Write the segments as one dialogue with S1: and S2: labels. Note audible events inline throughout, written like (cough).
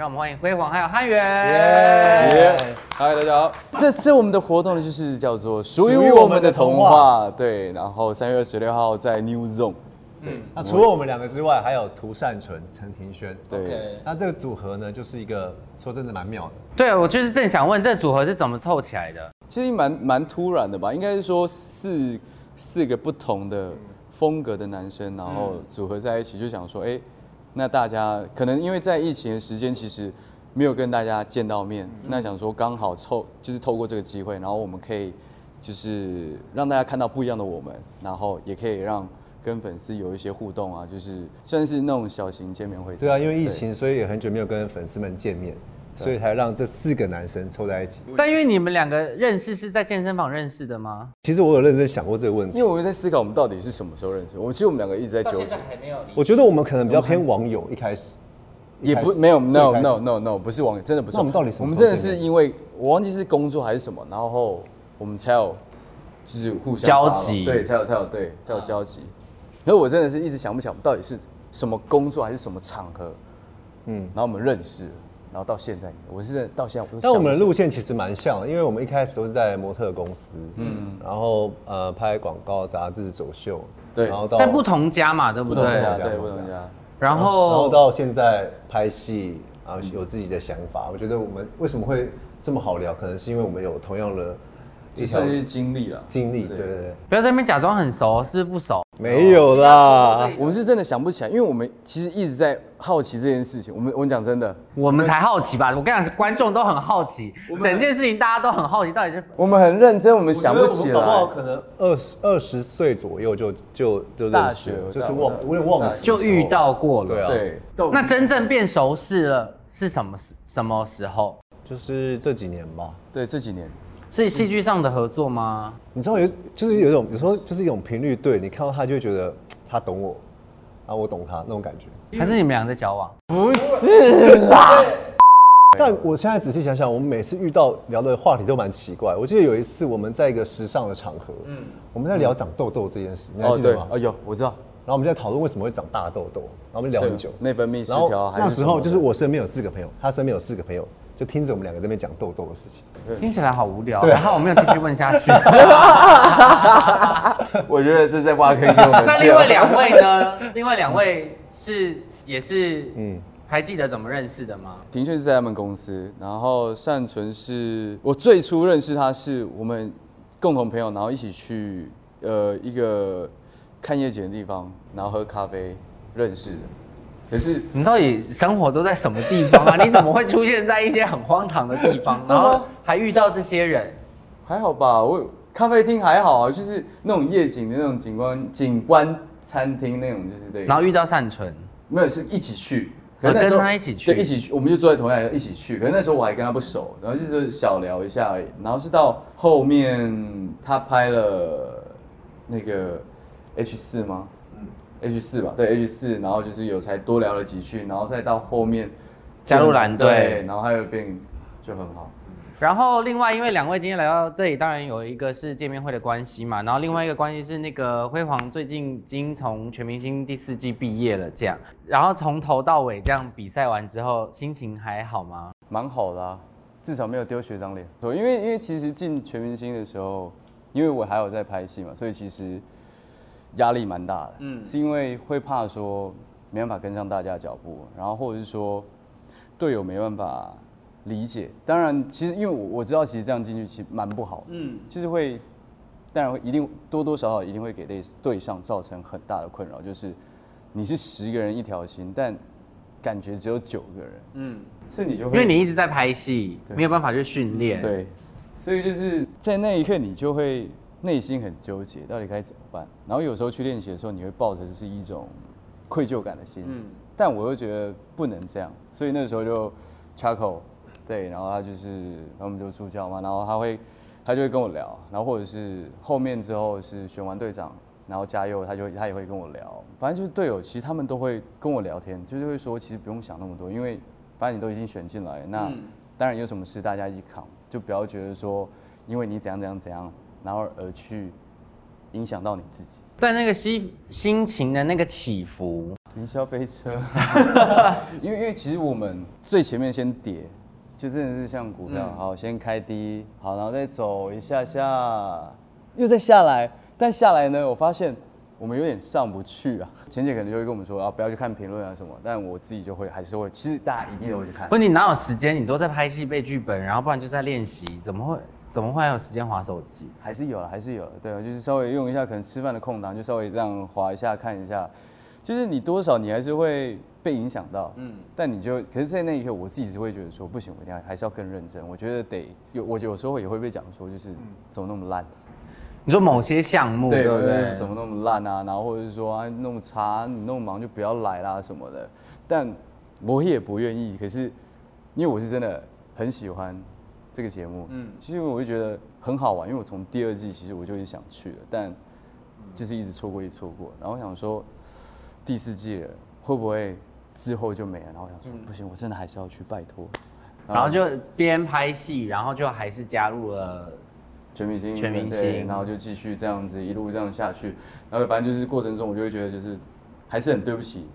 S1: 让我们欢迎辉煌还有汉源。
S2: 耶
S3: 耶！嗨，大家好。这次我们的活动呢，就是叫做属于
S2: 属于我
S3: 我们
S2: 们
S3: 的
S2: 的
S3: 童
S2: 童
S3: 话。对，然后三月二十六号在 New Zone。
S2: 那除了我们两个之外，还有涂善存、陈庭轩。
S3: 对，
S2: 那这个组合呢，就是一个说真的蛮妙的。
S1: 对，我就是正想问这组合是怎么凑起来的？
S3: 其实蛮蛮突然的吧，应该是说四四个不同的风格的男生，然后组合在一起，就想说，哎，那大家可能因为在疫情的时间，其实没有跟大家见到面，
S2: 嗯
S3: 那想说刚好凑，就是透过这个机会，然后我们可以就是让大家看到不一样的我们，然后也可以让跟粉丝有一些互动啊，就是算是那种小型见面会。
S2: 对啊，因为疫情，所以也很久没有跟粉丝们见面，所以才让这四个男生凑在一起。
S1: 但因为你们两个认识是在健身房认识的吗？
S2: 其实我有认真想过这个问
S3: 因
S2: 题，
S3: 为我们在思考我们到底是什么时候认识，我们其实我们两个一直在纠结。
S1: 还没有。
S2: 我觉得我们可能比较偏网友一开始。
S3: 也不
S2: 一开始
S3: 没有
S2: 最
S3: no
S2: 开始
S3: no no no 不是网友，真的不是。
S2: 那我们到底什么时候
S3: 我们真的
S2: 见
S3: 是
S2: 面
S3: 因为我忘记是工作还是什么，然后我们才有就是互相
S1: 交
S3: follow，
S1: 集
S3: 对，才有才有对才
S2: 啊
S3: 有交集。可是我真的是一直想不起来我们到底是什么工作还是什么场合，嗯，然后我们认识，然后到现在，我是真的到现在我都
S2: 但我们
S3: 想
S2: 的
S3: 不起
S2: 路线其实蛮像的，因为我们一开始都是在模特公司，嗯，然后呃拍广告、杂志、走秀，
S3: 对
S2: 然后到
S1: 但不同家嘛，对不
S3: 来不
S1: 对？
S3: 同家，
S2: 对
S3: 对不同家，
S1: 然
S2: 然后
S1: 后
S2: 到现在拍戏啊，有自己的想法。我觉得我们为什么会这么好聊，可能是因为我们有同样的一
S3: 这
S2: 条
S3: 算是经历了。
S2: 经历，对对对，
S1: 不要在那边假装很熟，是不是不熟？
S2: 没有啦。
S3: 我们是真的想不起来，因为我们其实一直在好奇这件事情。我们我们讲真的，
S1: 我们才好奇吧？我跟你讲，观众都很好奇，整件事情大家都很好奇，到底是
S3: 我们很认真，我们想不
S2: 我
S3: 起
S2: 觉得我们搞不好
S3: 来。
S2: 可能二十二十岁左右就就就
S3: 大
S2: 认识了，就
S3: 学
S2: 是
S3: 大
S2: 忘
S3: 大
S2: 我也忘
S3: 大
S2: 了
S3: 学
S1: 就遇到过了。
S2: 对啊
S3: 对，
S1: 那真正变熟识了是什么时什么时候？
S2: 就是这几年吧。
S3: 对这几年，
S1: 是戏剧上的合作吗？
S2: 你知道有就是有一种有时候就是一种频率对，你看到他就会觉得他懂我，啊我懂他那种感觉。
S1: 还是你们俩在交往？
S2: 但我现在仔细想想，我们每次遇到聊的话题都蛮奇怪。我记得有一次我们在一个时尚的场合，嗯，我们在聊长痘痘这件事，你还
S3: 哦
S2: 记
S3: 对，
S2: 得吗？
S3: 哦有我知道，
S2: 然后我们就在讨论为什么会长大痘痘，然后我们聊很久。
S3: 内分泌失
S2: 然后
S3: 调还是
S2: 那时候就是
S3: 什么
S2: 我身边有四个朋友，他身边有四个朋友，就听着我们两个在那边讲痘痘的事情。
S1: 听起来好无聊。
S2: 对啊
S1: 然后我没有继续问下
S2: (laughs)
S1: 去。
S3: 的，我 (laughs) 觉得这在挖坑给
S1: (laughs)
S3: 我们
S1: 那另外两位呢？ (laughs) 另外两位是也是嗯
S2: 嗯，
S1: 还记得怎么认识的吗？
S3: 庭炫是在他们公司，然后善存是我最初认识他是我们共同朋友，然后一起去呃一个看夜景的地方，然后喝咖啡认识的。可是
S1: 你到底生活都在什么地方啊？你怎么会出现在一些很荒唐的地方，然后还遇到这些人？
S3: 还好吧，我咖啡厅还好啊，就是那种夜景的那种景观景观餐厅那种，就是对。
S1: 然后遇到善存，
S3: 没有，是一起去。
S1: 哦
S3: 可是那时候
S1: 跟他一起去
S3: 对，一起去，我们就坐在同样一起去。可是那时候我还跟他不熟，然后就是小聊一下而已。然后是到后面他拍了那个 H 四吗？嗯，H 四吧，对 H 四。然后就是有才多聊了几句，然后再到后面
S1: 加入蓝队
S3: 对，然后还有变就很好。
S1: 然后另外因为两位今天来到这里，当然有一个是见面会的关系嘛，然后另外一个关系是那个辉煌最近已经从全明星第四季毕业了，这样，然后从头到尾这样比赛完之后，心情还好吗？
S3: 蛮好的、啊，至少没有丢学长脸。对，因为因为其实进全明星的时候，因为我还有在拍戏嘛，所以其实压力蛮大的。嗯，是因为会怕说没办法跟上大家的脚步，然后或者是说队友没办法理解。当然，其实因为我我知道，其实这样进去其实蛮不好的。嗯，就是会，当然会一定多多少少一定会给队队上造成很大的困扰，就是你是十个人一条心，但感觉只有九个人。嗯，所以你就
S1: 因
S3: 会
S1: 为你一直在拍戏，没有办法去训练。，
S3: 对，所以就是在那一刻，你就会内心很纠结，到底该怎么办。然后有时候去练习的时候，你会抱着是一种愧疚感的心，但我又觉得不能这样，所以那时候就 Chaco，对，然后他就是我们就助教嘛，然后他会他就会跟我聊，然后或者是后面之后是选完队长。然后加油，他就他也会跟我聊，反正就是队友，其实他们都会跟我聊天，就是会说，其实不用想那么多，因为反正你都已经选进来了，那当然有什么事大家一起扛，就不要觉得说因为你怎样怎样怎样，然后而去影响到你自己。
S1: 但那个心心情的那个起伏，
S3: 云霄飞 (laughs) 车，因为因为其实我们最前面先跌，就真的是像股票，好先开低，好然后再走一下下，又再下来，但下来呢，我发现我们有点上不去啊。钱姐可能就会跟我们说啊，不要去看评论啊什么，但我自己就会还是会，其实大家一定都会去看
S1: 不，。你哪有时间？你都在拍戏、背剧本，然后不然就在练习，怎么会怎么会还有时间划手机？
S3: 还是有了，还是有了，对啊，就是稍微用一下可能吃饭的空档，就稍微这样划一下看一下，就是你多少你还是会被影响到，嗯，但你就可是，在那一刻，我自己是会觉得说，不行，我一定要还是要更认真，我觉得得有，我有时候也会被讲说，就是怎么那么烂，
S1: 你说某些项目，对不
S3: 我就
S1: 对
S3: 是？怎么那么烂啊，然后或者是说啊那么差，你那么忙就不要来啦什么的，但我也不愿意，可是因为我是真的很喜欢这个节目，嗯，其实我就觉得很好玩，因为我从第二季其实我就一直想去了，但就是一直错过，一直错过，然后我想说第四季了会不会之后就没了，然后我想说、
S1: 嗯
S3: 不行，我真的还是要去，拜托，啊
S1: 然后就边拍戏，然后就还是加入了。
S3: 全明星，
S1: 全明
S3: 对
S1: 星
S3: 然后就继续这样子一路这样下去，然后反正就是过程中我就会觉得就是还是很对不起，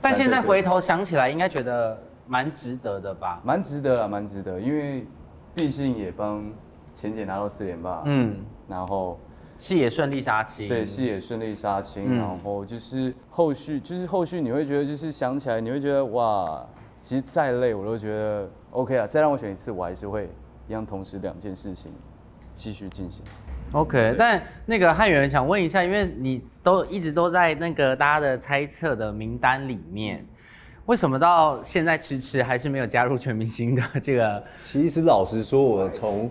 S1: 但现在
S3: 对对对
S1: 回头想起来，应该觉得蛮值得的吧？
S3: 蛮值得了，蛮值得，因为毕竟也帮钱姐拿到四连霸，嗯，
S1: 嗯，
S3: 然后
S1: 戏也顺利杀青。
S3: 对，戏也顺利杀青，
S1: 嗯
S3: 然后就是后续就是后续你会觉得就是想起来你会觉得哇，其实再累我都觉得 OK 了，再让我选一次我还是会一样同时两件事情继续进行。
S1: OK，但那个汉源想问一下，因为你都一直都在那个大家的猜测的名单里面，为什么到现在迟迟还是没有加入全明星的这个？
S2: 其实老实说，我从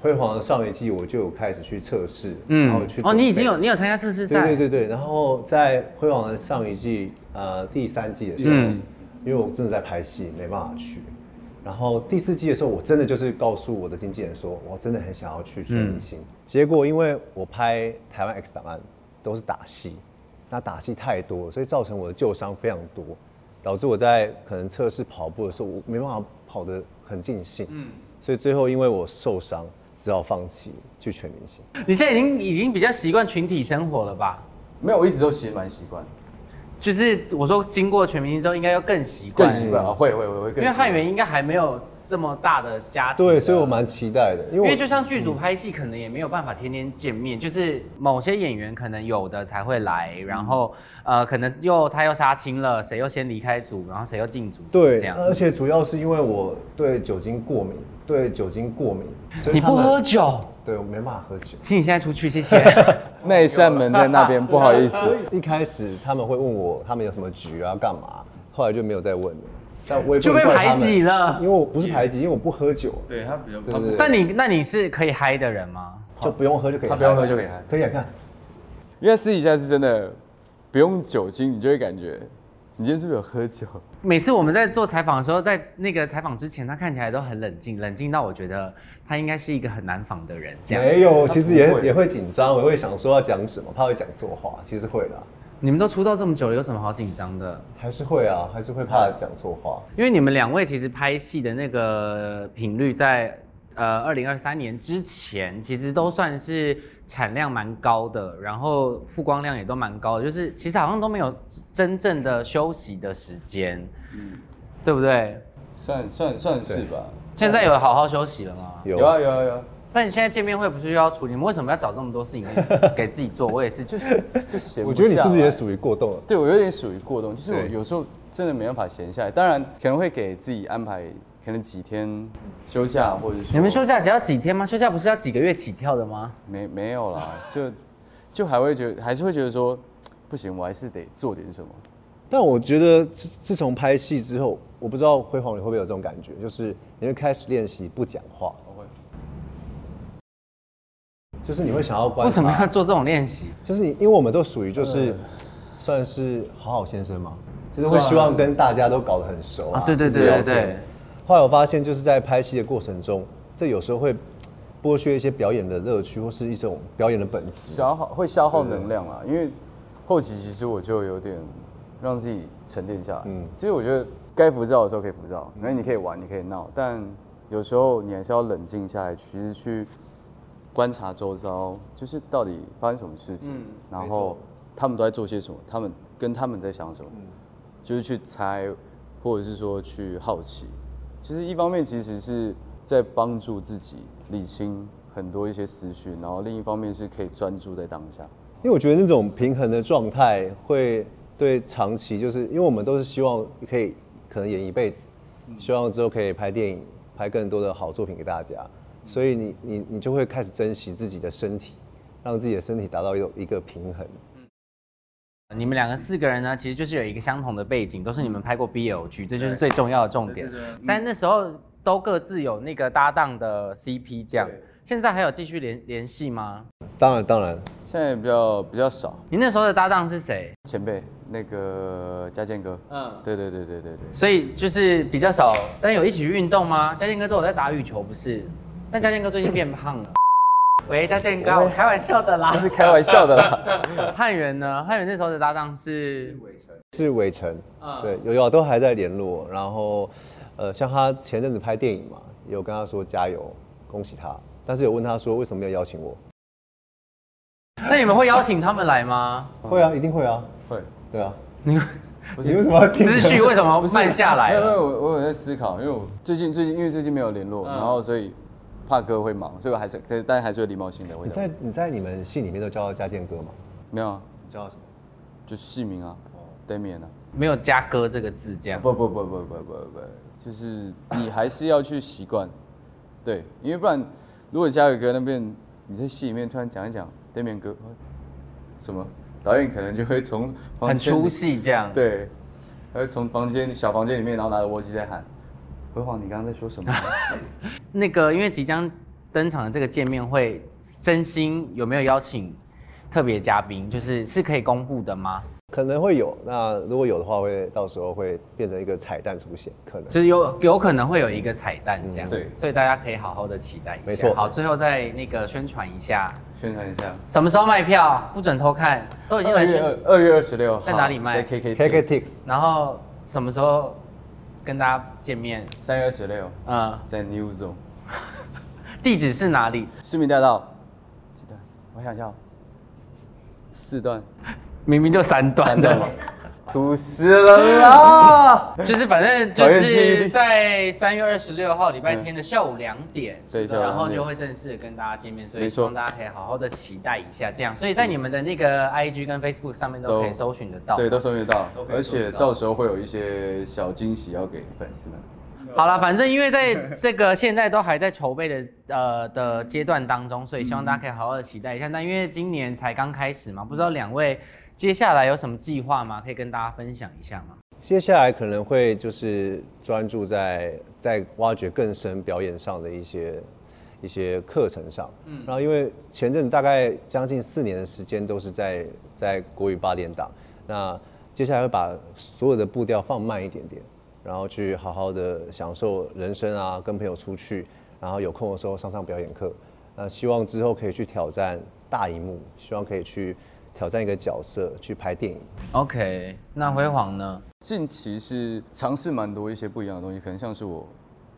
S2: 辉煌的上一季我就有开始去测试，然后去
S1: 哦，你已经
S2: 准备
S1: 有你有参加测试
S2: 对
S1: 赛，
S2: 对对对，然后在辉煌的上一季，呃，第三季的时候，
S1: 嗯
S2: 因为我真的在拍戏，没办法去。然后第四季的时候，我真的就是告诉我的经纪人说，我真的很想要去全明星。结果因为我拍台湾 X 档案都是打戏，那打戏太多，所以造成我的旧伤非常多，导致我在可能测试跑步的时候，我没办法跑得很尽兴。嗯，所以最后因为我受伤，只好放弃去全明星。
S1: 你现在已经已经比较习惯群体生活了吧？
S3: 没有，我一直都其实蛮习惯，
S1: 就是我说经过全明星之后，应该要更习惯，
S3: 更习惯啊，会会会会
S1: 因
S3: 更习惯。
S1: 为汉源应该还没有这么大的家庭的。
S2: 对，所啊以我蛮期待的，因
S1: 因
S2: 为我
S1: 为就像剧组
S2: 嗯
S1: 拍戏，可能也没有办法天天见面，就是某些演员可能有的才会来，然后
S2: 嗯
S1: 呃，可能又他又杀青了，谁又先离开组，然后谁又进组，
S2: 对，呃
S1: 这样。
S2: 而且主要是因为我对酒精过敏，对酒精过敏，所以
S1: 你
S2: 他
S1: 不
S2: 们
S1: 喝？酒，
S2: 对，我没办法喝酒。
S1: 请你现在出去，谢
S2: (laughs)
S1: 谢。
S3: 那一扇门在那边，不好意思。
S2: 一开始他们会问我他们有什么局啊，干嘛，后来就没有再问了。但我也不
S1: 就
S2: 能
S1: 被
S2: 怪他们
S1: 排挤了
S2: 因为我不是排挤，因为我不喝酒，
S3: (laughs) 对他比较
S2: 对对对
S1: 但你那你是可以嗨的人吗？
S2: 就不用喝就可以。
S3: 他不用喝就可以嗨
S2: 可以啊，看
S3: 因为私底下是真的不用酒精，你就会感觉你今天是不是有喝酒？
S1: 每次我们在做采访的时候，在那个采访之前，他看起来都很冷静，冷静到我觉得他应该是一个很难访的人。这样，
S2: 没有，其实
S3: 他不
S2: 也
S3: 会
S2: 也会紧张，我会想说要讲什么，怕会讲错话，其实会的啊，
S1: 你们都出道这么久了，有什么好紧张的？
S2: 还是会啊，还是会怕讲错话。
S1: 因为你们两位其实拍戏的那个频率在。呃，二零二三年之前其实都算是产量蛮高的，然后曝光量也都蛮高的，就是其实好像都没有真正的休息的时间，对不对？
S3: 算算算是吧。
S1: 现在有好好休息了吗？
S2: 有
S3: 啊有啊有啊，
S1: 但你现在见面会不是又要处理，你们为什么要找这么多事情给自己做？我也是，就是
S3: 就闲不
S2: 我觉得你是不是也
S3: 下来？
S2: 属于过动了？
S3: 对我有点属于过动，就是我
S2: 对
S3: 有时候真的没办法闲下来。当然可能会给自己安排可能几天休假，或者说
S1: (laughs) 你们休假只要几天吗？休假不是要几个月起跳的吗？
S3: 没没有啦，就就还会觉得还是会觉得说不行，我还是得做点什么。
S2: 但我觉得自自从拍戏之后，我不知道辉煌你会不会有这种感觉，就是你会开始练习不讲话，
S3: 哦
S2: 就是你会想要观
S1: 为
S2: 察，
S1: 什么要做嗯这种练习？
S2: 就是你，因为我们都属于就是、算是好好先生嘛，就是会希望跟大家都搞得很熟啊。
S1: 啊对对对
S2: 聊
S1: 对对
S2: 天后来我发现，就是在拍戏的过程中，这有时候会剥削一些表演的乐趣，或是一种表演的本质。
S3: 消耗会消耗能量啦，因为后期其实我就有点让自己沉淀下来。嗯，其实我觉得该浮躁的时候可以浮躁，那你可以玩，你可以闹，但有时候你还是要冷静下来，其实去观察周遭，就是到
S1: 嗯嗯
S3: 底发生什么事情，然后他们都在做些什么，他们跟他们在想什么，就是去猜，或者是说去好奇。其实一方面其实是在帮助自己理清很多一些思绪，然后另一方面是可以专注在当下。
S2: 因为我觉得那种平衡的状态会对长期，就是因为我们都是希望可以可能演一辈子，希望之后可以拍电影，拍更多的好作品给大家，所以你你你就会开始珍惜自己的身体，让自己的身体达到一种一个平衡。
S1: 你们两个四个人呢，其实就是有一个相同的背景，都是你们拍过 BL 剧，这就是最重要的重点。但那时候都各自有那个搭档的 CP 这样
S2: 对，
S1: 现在还有继续联联系吗？
S2: 当然当然，
S3: 现在比较比较少，
S1: 你那时候的搭档是谁？
S3: 前辈那个嘉健哥，
S1: 嗯，
S3: 对对对对对对，
S1: 所以就是比较少，但有一起去运动吗？嘉健哥都有在打羽球，不是？但嘉健哥最近变胖了。喂，嘉健哥，我开玩笑的啦。
S3: 是开玩笑的啦。
S1: 汉元呢？汉元那时候的搭档是
S2: 是伟成，对，有啊有都还在联络，然后呃，像他前阵子拍电影嘛，也有跟他说加油，恭喜他，但是有问他说为什么没有邀请我？
S1: 那你们会邀请他们来吗？
S2: 会啊，一定会啊，
S3: 会，
S2: 对啊，
S1: 你
S2: (laughs) 你为什么要听
S1: 思
S2: (laughs)
S1: 绪为什么慢下来
S3: 因为
S1: 了？
S3: 我我有在思考，因为我最近最近因为最近没有联络，
S1: 嗯
S3: 然后所以怕哥会忙，所以我还是但但还是有礼貌性的会
S2: 你
S3: 这样。
S2: 在你在你们戏里面都叫他嘉健哥吗？
S3: 没有啊，
S2: 你叫他什么？
S3: 就戏名啊，Damian
S1: 哦
S3: 啊，
S1: 没有加“哥”这个字，这样
S3: 不不不不不不不，就是你还是要去习惯，对，因为不然如果嘉伟哥那边你在戏里面突然讲一讲 Damian 哥，呃什么导演可能就会从房
S1: 很
S3: 间
S1: 出
S3: 里
S1: 戏这样。
S3: 对，他会从房间小房间里面，然后拿着握机在喊，辉煌，你刚刚在说什么？ (laughs)
S1: 那个因为即将登场的这个见面会，真心有没有邀请特别嘉宾？就是是可以公布的吗？
S2: 可能会有，那如果有的话，会到时候会变成一个彩蛋出现，可能。
S1: 就是有有可能会有一个彩蛋这样。
S3: 嗯对
S1: 所以大家可以好好的期待一下。
S2: 没错
S1: 好，最后再那个宣传一下，
S3: 宣传一下。
S1: 什么时候卖票？不准偷看，都已经
S3: 二
S1: 来
S3: 月
S1: 宣。
S3: 二二月二十六号
S1: 在哪里卖
S3: 在 KK
S2: K K Tix
S1: 然后什么时候跟大家见面？
S3: 三月二十六
S1: 嗯，
S3: 在 New Zone
S1: 地址是哪里？
S3: 市民大道几段？我想一下哦，四段
S1: 明明就三段 (laughs)
S3: 三段吗
S1: 的，？
S3: 吐啊司了
S1: (laughs)
S3: 啦！
S1: 就是反正就
S3: 考验记忆
S1: 是
S3: 力
S1: 在三月二十六号礼拜天的下午两点，
S3: 对
S1: 是的
S3: 下午两
S1: 然
S3: 点
S1: 后就会正式地跟大家见面，所以
S3: 没
S1: 希
S3: 错
S1: 望大家可以好好的期待一下这样。所以在你们的那个 IG 跟 Facebook 上面都
S3: 嗯都
S1: 可以搜寻得到。
S3: 对，都收集得到
S1: 都，可以
S3: 而
S1: 收集
S3: 且
S1: 到
S3: 到时候会有一些小惊喜要给粉丝们。
S1: 好了，反正因为在这个现在都还在筹备的呃的阶段当中，所以希望大家可以好好的期待一下。那因为今年才刚开始嘛，不知道两位接下来有什么计划吗？可以跟大家分享一下吗？
S2: 接下来可能会就是专注在在挖掘更深表演上的一些一些课程上，嗯，然后因为前阵子大概将近四年的时间都是在在国语八点档，那接下来会把所有的步调放慢一点点，然后去好好的享受人生啊，跟朋友出去，然后有空的时候上上表演课，那希望之后可以去挑战大荧幕，希望可以去挑战一个角色去拍电影，
S1: OK，那辉煌呢？
S3: 近期是尝试蛮多一些不一样的东西，可能像是我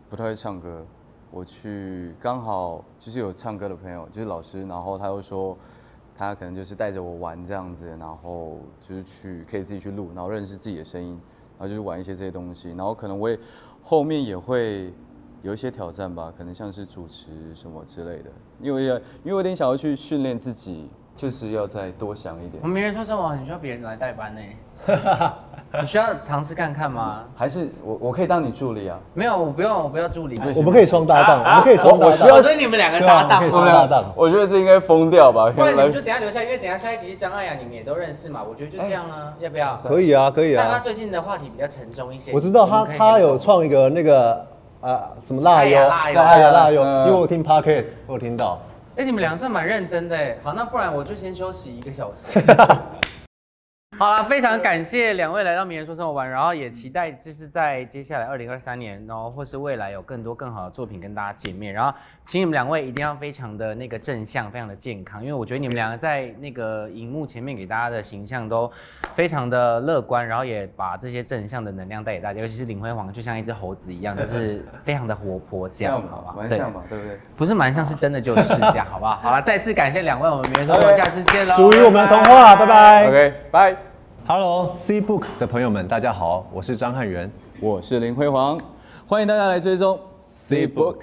S3: 不太会唱歌，我去刚好就是有唱歌的朋友，就是老师，然后他又说他可能就是带着我玩这样子，然后就是去可以自己去录，然后认识自己的声音，然后就是玩一些这些东西，然后可能我也后面也会有一些挑战吧，可能像是主持什么之类的，因为因为我有点想要去训练自己，就是要再多想一点
S1: 我。们名人说什么很需要别人来代
S2: (laughs)
S1: 班呢、你需要尝试看看吗？
S3: 还是我我可以当你助理啊，
S1: 没有，我不用，我不要助理。
S2: 我们可以双搭档，我们可以双搭档。
S3: 我需要
S1: 哦所以你们两个搭档
S2: 对啊我可
S1: 吗
S2: 以双搭档。
S3: 我觉得这应该疯掉吧？
S1: 不然你
S3: 来
S1: 们就等一下留下，因为等一下下一集是张艾雅，你们也都认识嘛。我觉得就这样啊，要不要？
S2: 可以啊，可以
S1: 但他
S2: 啊。
S1: 最近的话题比较沉重一些。
S2: 我知道
S1: 我
S2: 他
S1: 们可以聊
S2: 他有创一个那个啊什么辣
S1: 哎
S2: 油，
S1: 呀辣油
S2: 对哎呀辣油，
S3: 嗯
S2: 因为我听 podcast 我有听到。
S1: 哎、你们两个算蛮认真的哎。好，那不然我就先休息一个小时。好了，非常感谢两位来到《名人说生活玩》，然后也期待就是在接下来二零二三年，然后或是未来有更多更好的作品跟大家见面。然后，请你们两位一定要非常的那个正向，非常的健康，因为我觉得你们两个在那个荧幕前面给大家的形象都非常的乐观，然后也把这些正向的能量带给大家，尤其是林辉煌就像一只猴子一样，就是非常的活泼，这样
S3: 像
S1: 好
S3: 嘛
S1: 吧，？
S3: 蛮
S1: 对
S3: 像嘛，对不对？
S1: 不是蛮像是真的就是这样，好不好？好了，再次感谢两位，我们明天说，我们下次见喽，
S2: 属于我们的童话，拜拜。
S3: OK，拜。
S2: Hello C Book 的朋友们，大家好，我是张汉元。
S3: 我是林辉煌，欢迎大家来追踪 C Book。